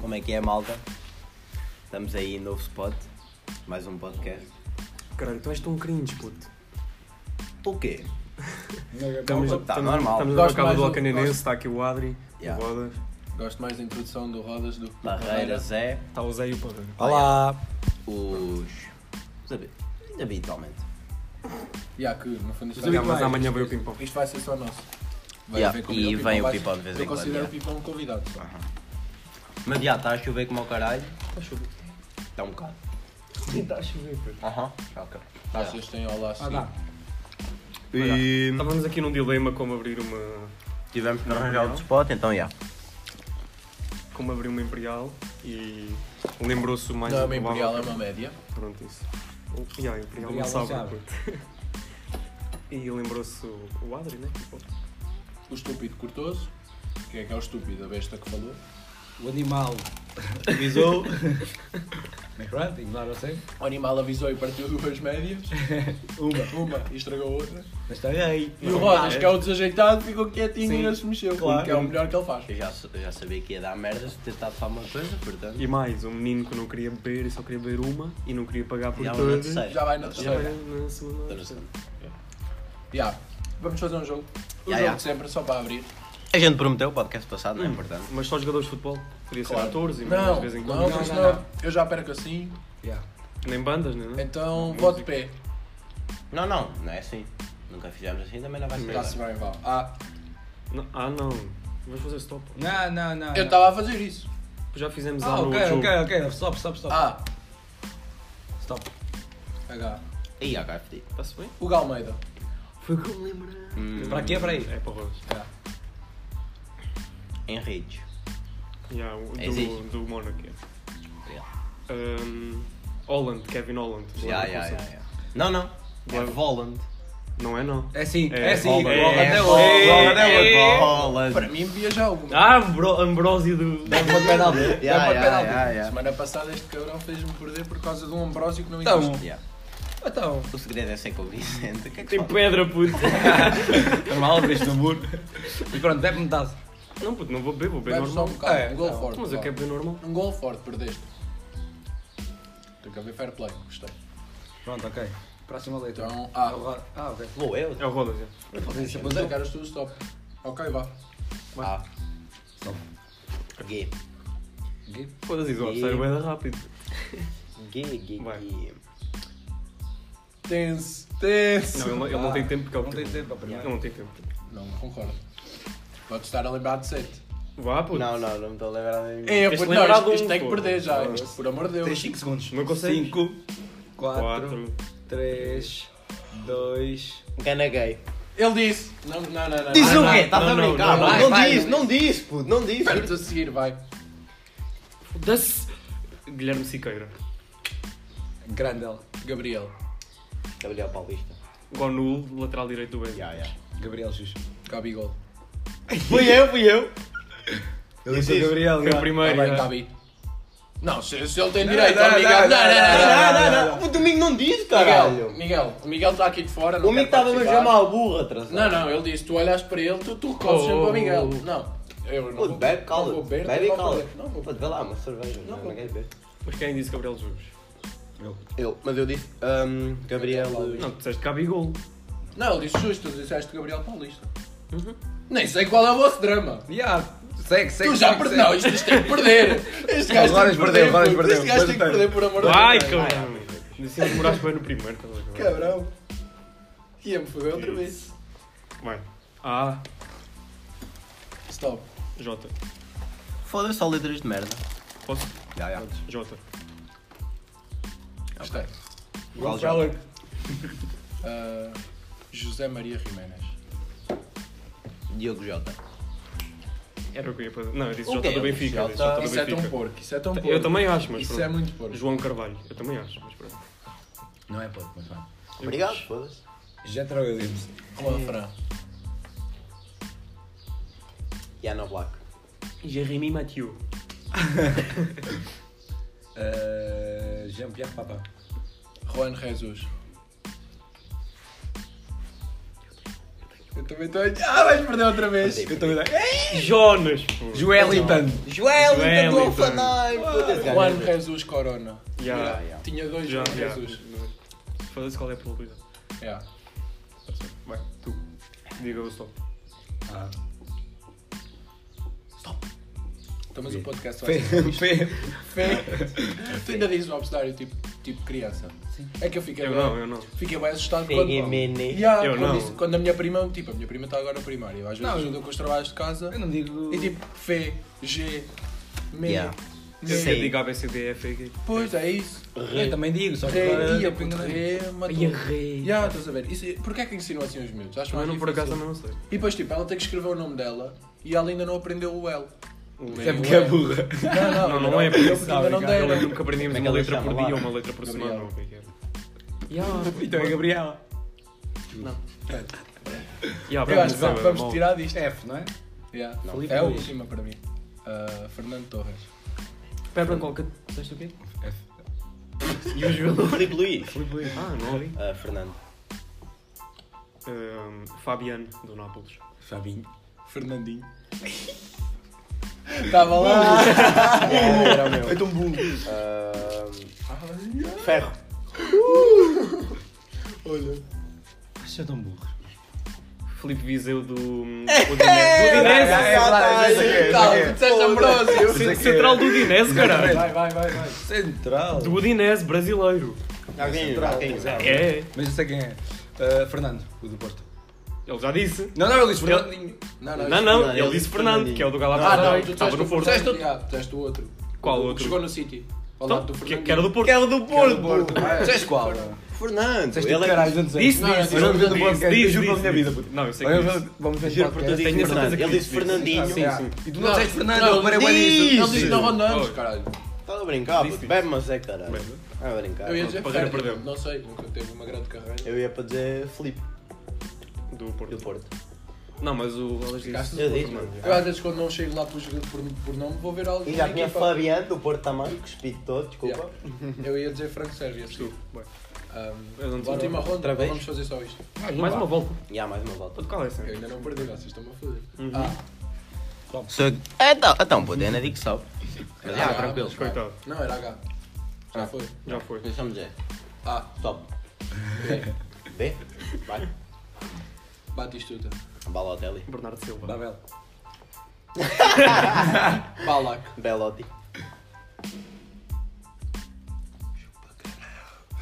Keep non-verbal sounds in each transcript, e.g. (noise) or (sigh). como é que é, malta? Estamos aí em novo spot, mais um podcast. Caralho, tu és tão cringe, puto. O quê? Estamos, Tá estamos, normal. estamos Gosto na bancada mais do do- Alcanenense, gosto. está aqui o Adri, Yeah. o Rodas. Gosto mais da introdução do Rodas do que do Barreira, Zé, Está Tá o Zé e o Padre. Olá! é, os. os habi- os habitualmente. Yeah, que no fundo isto, Mas vai, amanhã vem o ping-pong. isto vai ser só nosso. Vai Yeah, haver e convidado. vem o vai- Pipão de vez em Eu quando, considero o yeah. Pipão convidado. Mas já está a chover como ao caralho. Tá Está a chover. Está um bocado. Está a chover, puto. Aham, ok. assim. Tá, vocês têm olá a Ah, seguir. dá. E Estávamos aqui num dilema como abrir uma, tivemos que arranjar outro spot, então já. como abrir uma Imperial e lembrou-se o mais um Não é uma improvável. imperial, é uma média. Pronto, isso. O, yeah, Imperial, Imperial não sabe, não sabe. puto. E lembrou-se o o Adri, né? Pô. O estúpido cortoso. Quem é que é o estúpido? A besta que falou. O animal. é Avisou. (laughs) Mas pronto, ignoram sempre. O animal avisou e partiu (laughs) duas médias. uma. Uma e estragou a outra. Mas tá está aí. E o Rodas, que é o desajeitado, ficou quietinho e não se mexeu. um claro. Que é o melhor que ele faz. Eu já, eu já sabia que ia dar merda se tentasse falar uma coisa, portanto. E mais, um menino que não queria beber e só queria beber uma e não queria pagar por Já vamos na todas. terceira. Já vai na Já terceira. era na segunda. Todas são. Yeah. Vamos fazer um jogo. Yeah, Um jogo yeah. de sempre, só para abrir. A gente prometeu o podcast passado, não é importante. Mas só jogadores de futebol? Podia ser Claro. atores e mais Não, de vez em quando. não, Não, mas não, não. não. Eu já perco assim, Yeah. Nem bandas, né? não? então Música. voto P. Não, não, não é assim. Nunca fizemos assim, também não vai ser. Já se vai embora. Ah, Não- Ah, não. Vamos fazer stop. Não, não, Ah, não. eu não. estava a fazer isso. Já fizemos Ah, lá no ok, jogo. ok, ok. Stop, stop, stop. Ah, Stop. H. Ih, agora fedido. Está-se bem? O Galmeida. Foi como lembrar. Hum, Para quê? Para aí. É para o Rodas. Henrique. Yeah, o- Existe. do, do Mónaco. Yeah. Um, Holland, Kevin Holland. do Yeah, Leverkusen. yeah, yeah, yeah. Não, não. É Boa. Voland. Não é não. É sim, É, é, sim. Holland. Rola até o- É, rola é, até o- é. Para Voland. mim havia já algum. Ah, bro, Ambrósio do... Dá-me uma penalti. Dá-me É Yeah, uma yeah, penalti. yeah, yeah. Semana passada este cabrão fez-me perder por causa de um Ambrósio que não Então. existe. Yeah. Então. O segredo é ser convincente. O que é que se Tem faz? pedra, puto. então. Normal, abriste no muro. E pronto, bebe metade. não, puto, não vou beber, vou beber Bebe só normal. um bocado. É, um gol então. forte. Mas é eu vá. quero beber normal. Um gol forte, perdeste. Tem que haver fair play, gostei. Pronto, ok. Próxima leitura. Então, Ah, ah, agora- ah, ok. Vou eu? É o Rodas, é. Fazer isso, vou pois é. sacar os teus stop. Ok, vá. Ah. Stop. Gay. Gui. Foda-se, isso E- vai sair bem rápido. Gay, gay, Vai. gay. Tense, tense. Não, ele, ele não tem tempo porque é o Não tem primeiro. tempo, para Ele não tem tempo. Não, concordo. Pode estar a lembrar de 7. Vá, puto. Não, não, não me estou a lembrar de mim. É, Tens puto, de lembrar não, de um, isto tem que pô. perder já. Isto, por amor de Deus. 5 segundos. Não consegues. 5, 4, 4. 3, 2. Gana gay. Ele disse. Não, não, não. não. Diz Ah, o quê? não, Estás a não, não, brincar? não, Não vai, diz, vai. não diz, puto, não diz. Espera-te a seguir, vai. Foda-se. Guilherme Siqueira. Grande ela. Gabriel. Gabriel Paulista. Gonul, lateral direito do Benfica. (laughs) Gabriel Jus. Gabigol. Fui eu, fui eu. Eu disse o Gabriel, Foi o já. Tá primeiro. bem, já. Gabi. Não, se, se ele tem direito, ó, Miguel. Não, não, não, não, Não, não, não. O domingo não diz, não. Miguel, caralho. Miguel, o Miguel está aqui de fora. não O Mico quer estava mesmo a participar. chamar o burro atrasado. Não, não, ele disse, tu olhas para ele, tu, tu recolhes Oh. sempre para o Miguel. Não, eu não. Puto, vou- bebe, não cala. vou beber, Bebe e não vou cala. beber, Não vou Puto, vê lá, uma cerveja. Não, vou. não quer beber. Mas quem disse Gabriel Jesus? Eu, mas eu disse, hum, Gabriel. Não, tu disseste Gabigol. Não, ele disse justo, tu disseste Gabriel Paulista. Nem sei qual é o vosso drama. Yeah, segue, segue. Tu já segue, perdeu. segue. Não, isto, isto tem que perder. Este gajo Agora tem que perdeu, perder. agora puto. perdeu. Este gajo tem que Agora perder, por amor de Vai, Deus. cabrão. Disse que assim, demoraste bem no primeiro. estás a ver? Cabrão. Ia-me foder outra vez. Vai. A, Stop. J. Foda-se só letras de merda. Posso? Já, já. J. Gostei. Igual já. Gonçalo. Ah, José Maria Jiménez. Diogo Jota. Era o que eu ia fazer. Não, eu disse O J quê? do Benfica. eu disse Jota- J do Isso é tão Benfica. porco, isso é tão porco. Tá Eu também acho, mas Isso pronto. é muito porco. João Carvalho, eu também acho, mas pronto. Não é pouco, mas vai. Eu- Obrigado, foda-se. é Jetra Williams. é Juan Fran. Yana Black. Jeremy Mathieu. Uh, Jean-Pierre Papin. Juan Jesus. Eu também estou. Ah, vais perder outra vez. Perdi, Eu também dou- Jonas. Joelitan. Joel, então do Joelinton. Alfanai! O ano Jesus Corona. Já, Yeah. já. Tinha dois Já, Juan já. Jesus. Foda-se qual é a probabilidade. Yeah. Vai, tu. Diga o stop. Então, mas o podcast vai Fe- ser. fe- Tu ainda dizes o obstáculo tipo, tipo criança. Sim. É que eu fiquei Eu bem- não, eu não. Fiquei bem assustado quando. é Fegemene. Yeah, Eu quando, não. isso- quando a minha prima, tipo, a minha prima está agora no primário. Eu Às vezes Não, eu- ajuda com os trabalhos de casa. Eu não digo. E tipo, Fê, G, me. Yeah. Eu Sim. sempre digo ABCDF aqui. Pois é isso. Eu também digo, só que. Ré, agora- ia, puto, ré, matou. Ia, ré. Yeah, estás a ver? Isso, porquê é que ensinam assim os miúdos? Acho Mas mais não por acaso difícil. também não sei. E depois, tipo, ela tem que escrever o nome dela e ela ainda não aprendeu o L. O Isso é Leme- porque é burra. Não, não, Não, não é por Eu isso. porque ainda não Eu deram. lembro que aprendíamos Como é que uma ela letra chama por lá? dia ou uma letra por semana. Gabriela. ou o que é que era. Então é Gabriela. Yeah, Eu vamos acho que vamos, dizer, vamos eh, mal. tirar disto. F, não é? Yeah. Não. Felipe É a Luís. última para mim. Ah, Fernando Torres. Espera, para qual que. Disseste o quê? E o jogador? Felipe Luís. Felipe Luís. Ah, não ali. Ah, Fernando. Ehm, Fabiano, do Nápoles. Fabinho. Fernandinho. Estava lá. Era o meu. tão burro. Ah, Ah, yeah. Ferro. Olha. Acho que é tão burro. Felipe Viseu, do. do É, Dinense. é, é, é, é, é, é. Calma, disseste Ambrósio. Centro Central do Udinese, caralho. Vai, vai, vai, vai. Central. Do Udinese, brasileiro. Alguém, alguém, Zé. É, Mas eu sei quem é. Ah, Fernando, o do Porto. ele já disse. Não, não, eu disse Eu- Fernandinho. Não, Não, não. não, isto- não, ele disse Fernando, que é o do Ah, Galatasaray. não, tu que disseste estava o no Porto. Disseste o- yeah, disseste o outro. Qual O que outro? Jogou no City. Ao Então, lado do que, Fernandinho. que era do Porto. Aquela do Porto. Disseste qual? Fernando. Disseste Ele o é... caralho, não sei. Disse, Não, não, disse, eu não disse, vi no disse, podcast, é, eu disse, juro pela minha disse. vida, puto. Não, eu sei que Olha, disse. vamos- Vamos fazer Juro por Deus, podcast. disse Tenho a certeza Fernando. que Ele disse, disse disse. Fernandinho. Sim, sim. E tu não Não, disseste Fernando, não, como era bué disse. disso. Ele disse não Ronaldo, Oi. caralho. Estás a brincar, puto. Bebe, mas é caralho. Bebe. Ah, a brincar. Eu ia dizer Padre Ferdinand, perdeu. Não sei, nunca teve uma grande carreira. Eu ia para dizer Felipe Do do Porto. Porto. Não, mas o Rolas disse. Ficaste- Eu disse, mano. Eu às vezes quando não chego lá por, por, por nome vou ver algo. E já tinha Fabiano do Porto também, que espito todo, desculpa. Eu ia dizer Franco Sérvia. Tu, bem. Eu não Um, te- última ronda, outra vez? vamos fazer só isto. Mais uma volta. E há mais uma volta. Puto, Qual é essa? Eu ainda não perdi, vocês estão-me a foder. Uhum. Ah, Então, então, pô, ainda digo que sobe. Mas Ah, ah, tranquilo. mas- Coitado. Não, era H. Já Ah. foi. Ah, Já foi. Deixa-me dizer. A. Top. B. Vai. Batistuta. Balotelli. Bernardo Silva. Babel. Balak. Belotti.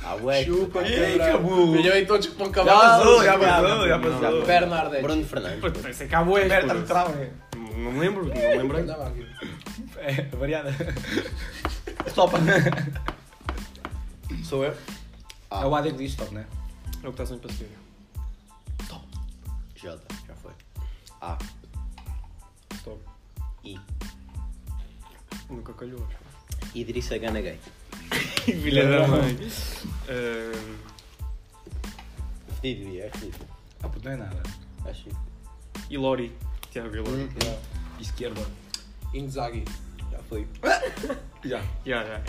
Ah, ué. Chupa, Ah, Ei, quebra. acabou. Milhão e todos que vão Já passou, tipo, um cavalo. já não, passou, já não. passou. Bernardes. Bruno Fernandes. Puto, Isso é cabo é. Merda, lateral, é. Não me lembro, não me lembrei. Andava aqui. É, variada. (laughs) Stop. Sou eu. É o AD que diz stop, né? É o que está sempre a seguir. J. Já foi. A. Stop. I. Nunca calhou. acho. Idrissa Gana Gay. Filha da mãe. Ehm, Fedido, é fedido. Ah, puto, não é nada. Acho que E Lori. Tiago Hum. Ilori. Esquerda. Inzaghi. já foi. Já. Já, já.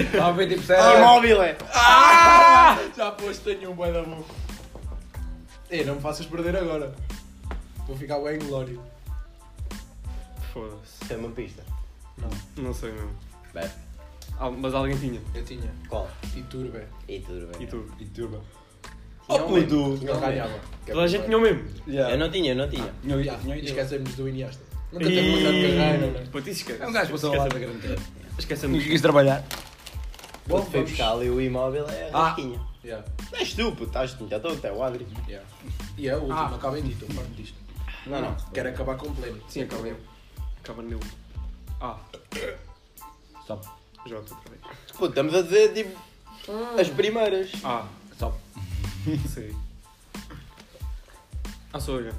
Estava a ver tipo Ah, sério. imóvel é. Já posto, tenho um bué da bom. Ei, não me faças perder agora. Vou ficar bem glória. Foda-se. Tem uma pista. Não. Não sei mesmo. Bebe. Al- Mas alguém tinha. Eu tinha. Qual? E Turbe. E tudo bem. E tu? E turba. um Oh, puto. Não Não ganhava. Toda a gente tinha um o mesmo. Eu não tinha, eu não tinha. Tinha Já, o- tinha o ideal. Esquecemos do Iniesta. Nunca teve uma grande carreira, né? E... Puto, isso esquece. É um gajo que passou ao lado da grande cara. Esquecemos. (laughs) Nunca quis trabalhar. Bom, Bom, foi vamos. buscar ali o imóvel é Ah. rasquinha. Yeah, Não é és tu, puto, estás já estou até o Adri. yeah. E é o último, acaba em ti, estou farto disto. Não, não. Quero acabar com o pleno. Sim, acaba eu. Acaba nele. Ah, Stop. já estou outra vez. Puto, estamos a dizer tipo as primeiras. Ah, (laughs) Stop. sei. Ah, sou eu.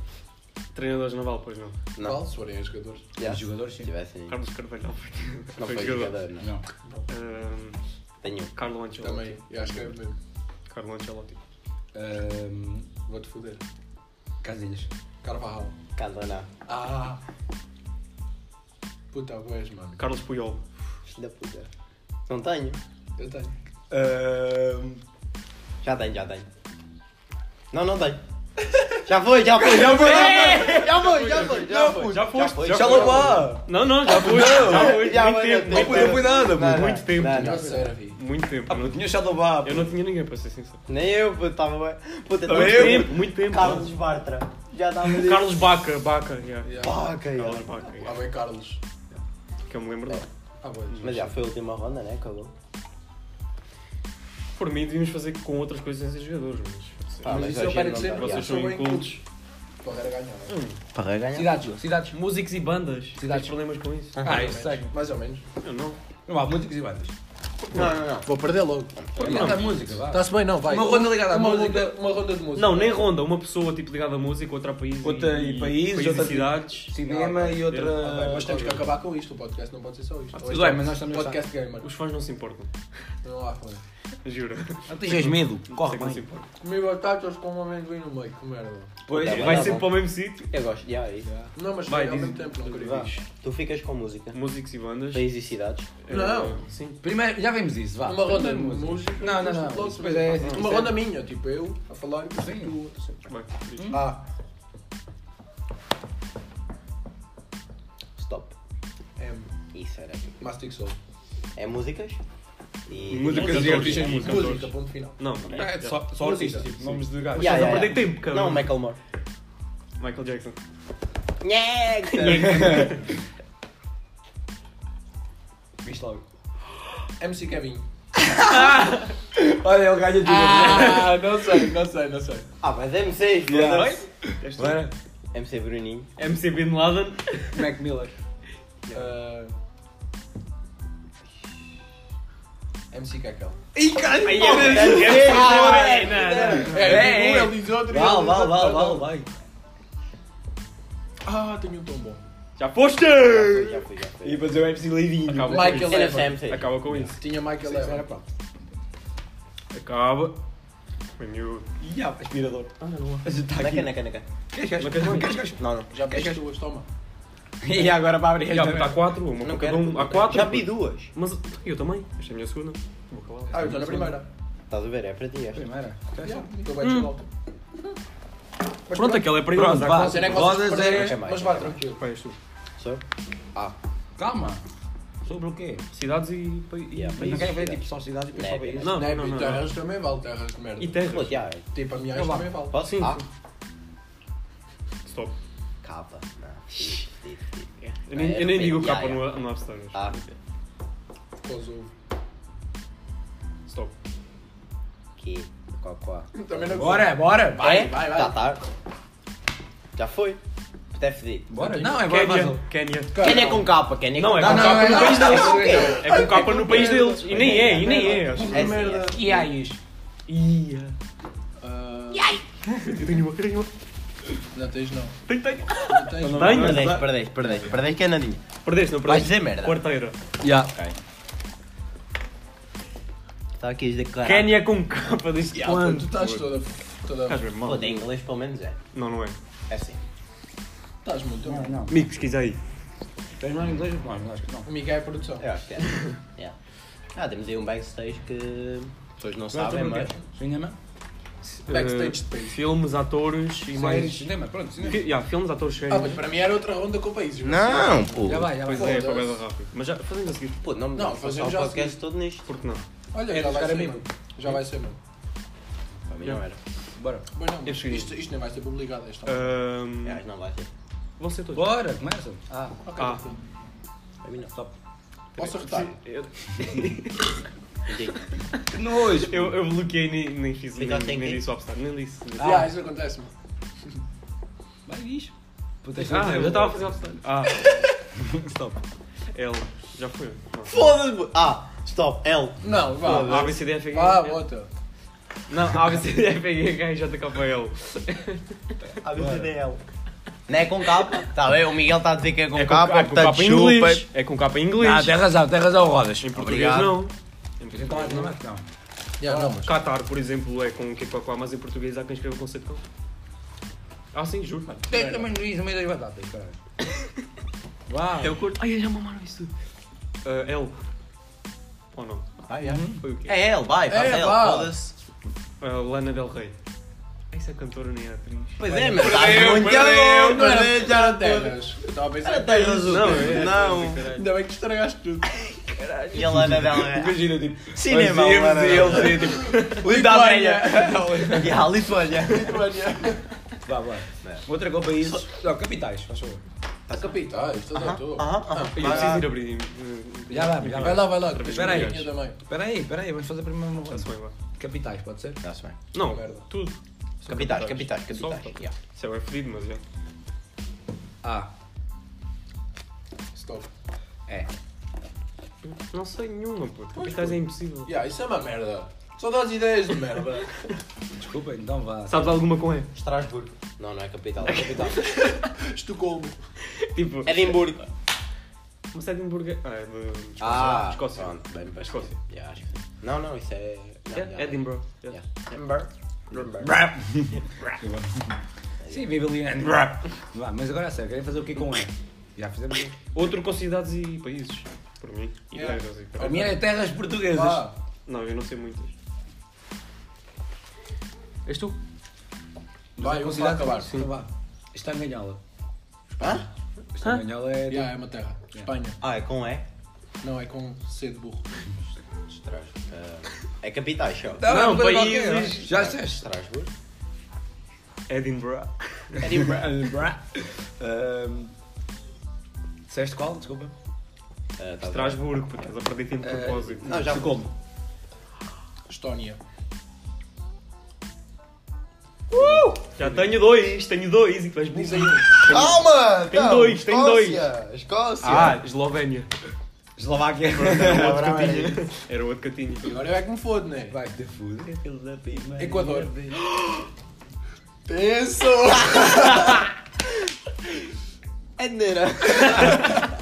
Treinadores naval, pois não. Não. Qual? Se forem jogadores. Já. Os Se jogadores, sim. tivessem. Carlos Carvalho. Não foi jogador, não. Não. Ehm, Tenho. um. Carlo Ancelotti. Também, eu acho que é mesmo. Carlo Ancelotti. Ahm, Vou-te foder. Casilhas. Carvajal. um Cantona. Ah! Puta, boés, mano. Carlos Puyol. Filho da puta. Não tenho. Eu tenho. Ahm, (laughs) Já tenho, já tenho. Não, não tenho. Já foi, já foi, já foi, já foi, já foi, já Não, foi, puto, já já foi, já foste, foi. já Deixa foi. logo lá. Não, não, já fui. Já fui. Já muito foi, já tempo. Muito foi. tempo. Não fui nada, Não, mano. não, Muito tempo. não, não. Já sei, era vi. Muito tempo. Ah, não não- tinha o Shadow Bar. Eu não tinha ninguém, para ser sincero. Nem eu, puto, estava bem. Puta, Também tava- eu. Muito tempo, muito tempo. Carlos Bartra. Já estava a Carlos Baca, Baca, yeah. Yeah. Pá, ok. Carlos Baca, Ah, yeah. bem, Carlos. que eu me lembro dele. Ah, bem. Mas já foi a última ronda, né? Acabou. Por mim, devíamos fazer com outras coisas sem ser jogadores, mas... Ah, Mas mas isso é eu hoje quero não dizer dá. porque Vocês sou são bem incultos. Qualquer ganhar, né? Para ganhar. Cidades, cidades. Músicos e bandas. Tens Cidades. problemas com isso? Ah, isso sei. Mais ou menos. Eu não. Não há músicas e bandas. Não, não, não. Vou perder logo. Ligada à música, vá. Está-se bem, não, vai. Uma ronda ligada à Uma música. ronda- Uma ronda de música. Não, nem ronda. Uma pessoa, tipo, ligada à música, outra a país Outra e países, outra- e cidades. Cinema e Ah, bem, outra. mas temos que acabar com isto. O podcast não pode ser só isto. então, Tudo bem, mas nós também Podcast gamer. Os fãs não se importam. Não há fome. Juro. Não tens medo. Corre, Sei que não se bem. importam. Comi batatas com um amendoim no meio, que merda. Pois, Tá bem, Vai tá sempre bom. para o mesmo sítio. Eu gosto, já aí. Não, mas Vai, ao diz- mesmo tempo não queria. Vá. Tu ficas com música. Músicos e bandas. País e cidades. Eh, Não. Sim. Primeiro, já vimos isso, vá. Uma ronda de Primeiro música. Não, não, não. Logo, Isso depois é- uma isso é- ronda minha, tipo eu a falar e depois Sim. tu. assim. Bem, diz. Ah, Stop. M. Isso era. é Mastic Soul. É músicas? Hum. E. Músicas e Cantores, artistas. música, Música, cantores. ponto final. Não, Ah, é Só só Música. artistas, tipo, nomes de gajos. Yeah, Estás a yeah, perder tempo, cara. Não, Michael Moore. Michael Jackson. (laughs) Yeah, Viste logo. MC (laughs) Kevin. Olha, ele ganha de novo. Ah, não sei, não sei, não sei. ah, mas MC. Yeah. foda-se. És tu? Agora, MC Bruninho. MC Bin Laden. Mac Miller. Ah, MC Cacau. Ai, é- Não, não, não. É, um, ele diz outro. e ele Val, diz val, outro. val, val, vai. Ah, tenho um tom bom. Já foste! Já foi, já foi, já foi. E fazer o MC Leivinho. Acabou com Michael isso. Era Evan. MC. Acaba com isso. Tinha Michael Evan. Era pronto. Acaba. Foi miúdo. E há aspirador. Ah, não há. A gente está aqui. Naca, naca, naca. Queres, queres? Não queres mais? Queres, queres? Não, não. Já vês tu toma. (laughs) E agora para abrir Já, esta puta, há merda. quatro, uma Não para cada quero. um. Há quatro. Já vi duas. Mas eu também. Esta é a minha segunda. Vou calar. Ah, eu estou na primeira. Estás a ver? É para ti esta. Primeira. Yeah, Estou bem de volta. Pronto, aquela é Pronto, perigosa. vá. Você não é que Rodas vocês perderem, é- mas vá, tranquilo. Vai, és tu. Sou? Calma. Sobre o quê? Cidades e, pa- e Yeah, Não países. quero ver tipo só cidade e depois só Não, é país. Não, Né, não, não. não. terras também vale, terras de merda. E terras. Pô, já. Tipo, a minha Eu ex vá. também vale. Posso? Sim. Ah, Stop. cava. Não. Fudido, fudido. Eu nem, É, eu nem é, digo yeah, capa no, yeah. no App Store. mas- Ah. Kosovo. Stop. Que. Qual, qual? Também não Bora, bora, é? vai. vai, vai. Já tá. Já foi. Até fudido. Bora. Não, é bora, Quénia. faz Quénia. Quem é com capa? Quem é Não, com é capa? com não, capa não, no não. país deles. consigo. É com capa no país deles. E nem é, e nem é. acho. É, sim, é. E aí? Ia. Ah, Eu tenho uma, eu tenho uma. Não tens, não. Tenho, tenho. Não tens. Perdeste, Não. Tenho. perdeste, perdeste, perdeste, perdeste que é nadinha. Perdeste, não Vais perdeste? dizer merda. Quarteira. Já. Está aqui a dizer claro. Quénia com capa desde quando? Ah, Tu estás toda. Estás toda. bem mal. Pô, de inglês pelo menos é. Não, não é. É assim. Estás muito Não, bom. não. Mico, pesquisa aí. Tens mais inglês? Não, mas acho que não. O Miguel é produção. Eu acho que é. yeah. Ah, temos aí um backstage que as pessoas não sabem, mas... Cinema? Backstage de Eh, país. Filmes, atores e Séries, mais. cinema, pronto, cinema. Fi- yeah, filmes, atores, séries. Ah, mas para mim era outra ronda com países. Não, pô. Já vai, já vai. Pois é, Foda-se. foi bem rápido. Mas já fazemos a seguir, Pô, não me Não, dá para passar fazemos o já podcast assim. todo nisto. porque não? Olha, Era já vai cara ser mesmo. mesmo. Já vai ser mesmo. Para mim não era. Bora. Pois não, Eu mas cheguei. É. isto, isto nem vai ser publicado. Esta. Ahm, Aliás, É, não vai ser. Vão ser todos. Bora, começa. Ah, Ok, ah. tranquilo. Para mim não. stop. Posso retar? Eu, Digo, Que nojo. eu, eu bloqueei nem, nem fiz nem, Fica sem nem quê? disse o obstáculo, nem disse. nem disse. Ah. Ah, isso acontece-me. Vai, diz. Puta, isto Ah, é eu já estava a fazer o obstáculo. Ah, (laughs) Stop. L. Já foi. Não. Foda-se! pô. Ah, stop, L. Não, A, vá. B, C, D, F, G. Vá, L. bota. Não, A, B, C, D, F, G, é H, I, J, K, L. A, B, C, D, L. Não é com capa? Está bem, o Miguel está a dizer que é com capa, é com portanto capa em chupa. inglês. É com capa em inglês. Ah, tem razão, tem razão, Rodas. Em português Obrigado. não. Em Então, português não não. é que não. Já, não, mas. Qatar, por exemplo, é com que com mas em português há quem escreva com C de cão. Ah, sim, juro. Tem um também juiz no meio das batatas, caralho. Vá. É Eu curto. Ai, já mamaram isso tudo. Ah, L. Ou não? Ah, é? Foi o quê? É L, vai, faz É, L, vá. foda-se. Ah, Lana Del Rey. Essa cantora nem é atriz. Pois é, mas estás Perdeu, muito perdeu, bom, perdeu, né, já era tudo. Terras. Eu estava a pensar. Era terras Não, o é. Não. Ainda bem que estragaste tudo. E a Lana Del Rey. Imagina, tipo. Cinema, nós íamos Lana e Del ele dizia, tipo. Lituânia. E a Lituânia. Lituânia. Vá, vá. Outra com países. Não, capitais, faz favor. A capital, estás Aham, à toa. aham, aham. Eu preciso ir abrir. eh, Já vamos, já Ah. Vai lá, vai lá. que vez eu com tenho mulheres. também. Espera aí, espera aí, vamos fazer primeiro uma Está-se coisa. bem, vá. Capitais, pode ser? Está-se bem. Não, Merda. tudo. Só Capitais, capitais, Só, capitais. pá. yeah. Isso é bem fedido, mas já. A. Stop. É. Não sei nenhuma, puto. Pois, Capitais é puto. impossível. Ya, isso é uma merda. Só dás ideias de merda. Desculpa, então vá. Sabes alguma com E? (laughs) Estrasburgo. Não, não é capital, é capital. Estocolmo. Tipo, É Edimburgo. mas é de hamburguer. Ah, é de Escócia. Ah, Escócia. É, pronto, bem, bem. Escócia. Yeah, acho que sim. Não, não, isso é. não, Yeah, yeah, Edinburgh. Yeah. yeah. Edinburgh. Brap. Sim, vive ali em Brap. Vá, mas agora a sério, querem fazer o que com E? Já fizemos. Outro com cidades e países. Por mim. E Yeah. terras e A terras. minha é terras portuguesas. Vá. Não, eu não sei muitas. És tu? é é Vai, eu vou acabar. Então vá. Estanganhola. Hã? Estanganhola é. Ya, é uma terra. Espanha. Ah, é com E? Não, é com C de burro. Estrasburgo. É capitais, só. Não, Não, não países. Já disseste. Estrasburgo. Edinburgh. (laughs) Edinburgh. Ahm, Disseste qual? Desculpa. Ah, tá bem. Estrasburgo, porque estás a perder tempo de É. Eh, propósito. Não, já Estocolmo. Estónia. Já tenho dois, tenho dois e tu és burro. Diz aí um. Calma! Tem então, dois, tem Escócia, Escócia! Ah, Eslovénia. Eslováquia. Ah, (laughs) é um Era (laughs) outro cantinho. Era outro cantinho. E Agora eu é que me fode, né? Vai te fuder. Equador. Penso! (laughs) é neira!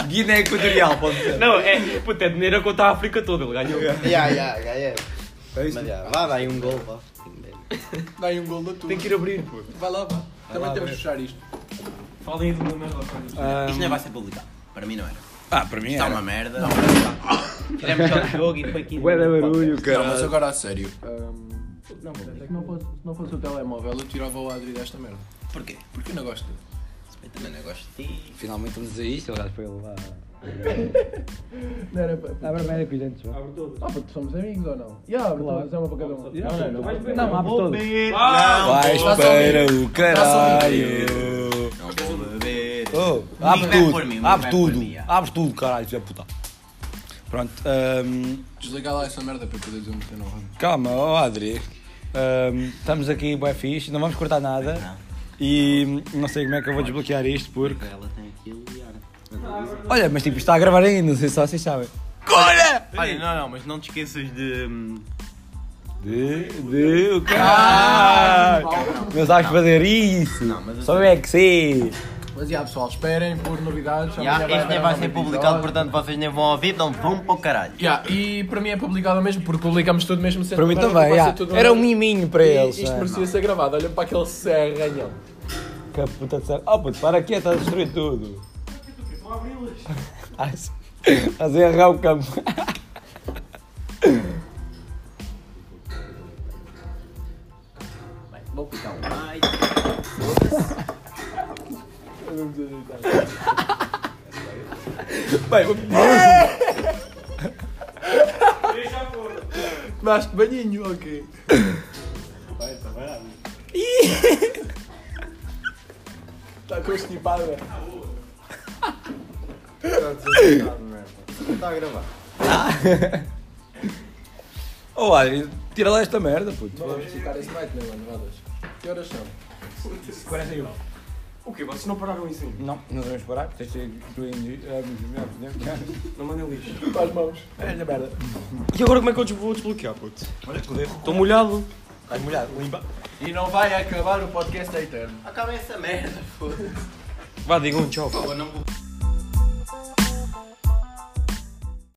Guiné Equatorial, pode ser. Não, é, puto, é dinheiro contra a África toda, ele ganhou. Ya, ya, ya, ya. É isso. Mas já, vá, dá aí um gol, vá. Dá aí um gol da tua. Tem que ir abrir, puto. Vai lá, vá. Também lá, temos vai. que fechar isto. Falem aí de uma merda. pá. Isto nem vai ser publicado. Para mim não era. Ah, para mim Está uma merda. Tiramos só o jogo e foi aqui. Não, mas agora a sério. não, fosse, se não fosse o telemóvel, eu tirava o Adri desta merda. Porquê? Porque eu não gosto dele. Eu também não gosto de ti. Finalmente estamos a isto, olhar para ele lá. Não era para. Abra merda com os dentes, vá. Ah, porque somos amigos ou não? Já, yeah, mas é uma para cada um. não, não. Não, abre todo. Ah! Vais Passa para ali. o caralho. Não vou beber. Oh, Ninguém abre vai é por mim, ninguém tudo, abre vai tudo, por mim, já. abre tudo, caralho, filha da puta. Pronto, hum, ahm, Desliga lá essa merda para eu poder dizer o teu nome. calma, ó Adri. Ahm, estamos aqui, bué fixe, não vamos cortar nada. E não sei como é que eu vou desbloquear isto, porque... Ela tem aquilo e olha. Olha, mas tipo, está a gravar ainda, não sei se vocês sabem. Olha, não, não, mas não te esqueças de. hum, De, de, o caralho. Não sabes fazer isso. Não, mas eu Só eu é que sei. Mas já, pessoal, esperem por novidades. Já, este nem um vai ser publicado, portanto vocês nem vão ouvir, então vão para o caralho. Yeah, e para mim é publicado mesmo, porque publicamos tudo mesmo sem Para mim também, já. Era um miminho para eles. Isto é. merecia ser gravado, olha para aquele serranhão. Que puta de ser. Oh puto, para aqui, estás a destruir tudo. Estás estás a errar o campo. Vou picar um. Ai, Daste banhinho, ok. Está constipado, é? Oh Adri, tira lá esta merda, puto. Vamos ficar esse night, né, mano? Rodas. Que horas são? 41. O quê? Vocês não pararam isso ainda? Não, não devemos parar. Tens de ir tu em- ah, Não mandem lixo. Faz mãos. Olha, merda. E agora como é que eu des- vou desbloquear, puto? Olha que Estou molhado. Estás molhado, limpa. E não vai acabar o podcast da eterno. acaba essa merda, foda-se. Vá, digam tchau. Por favor, não vou.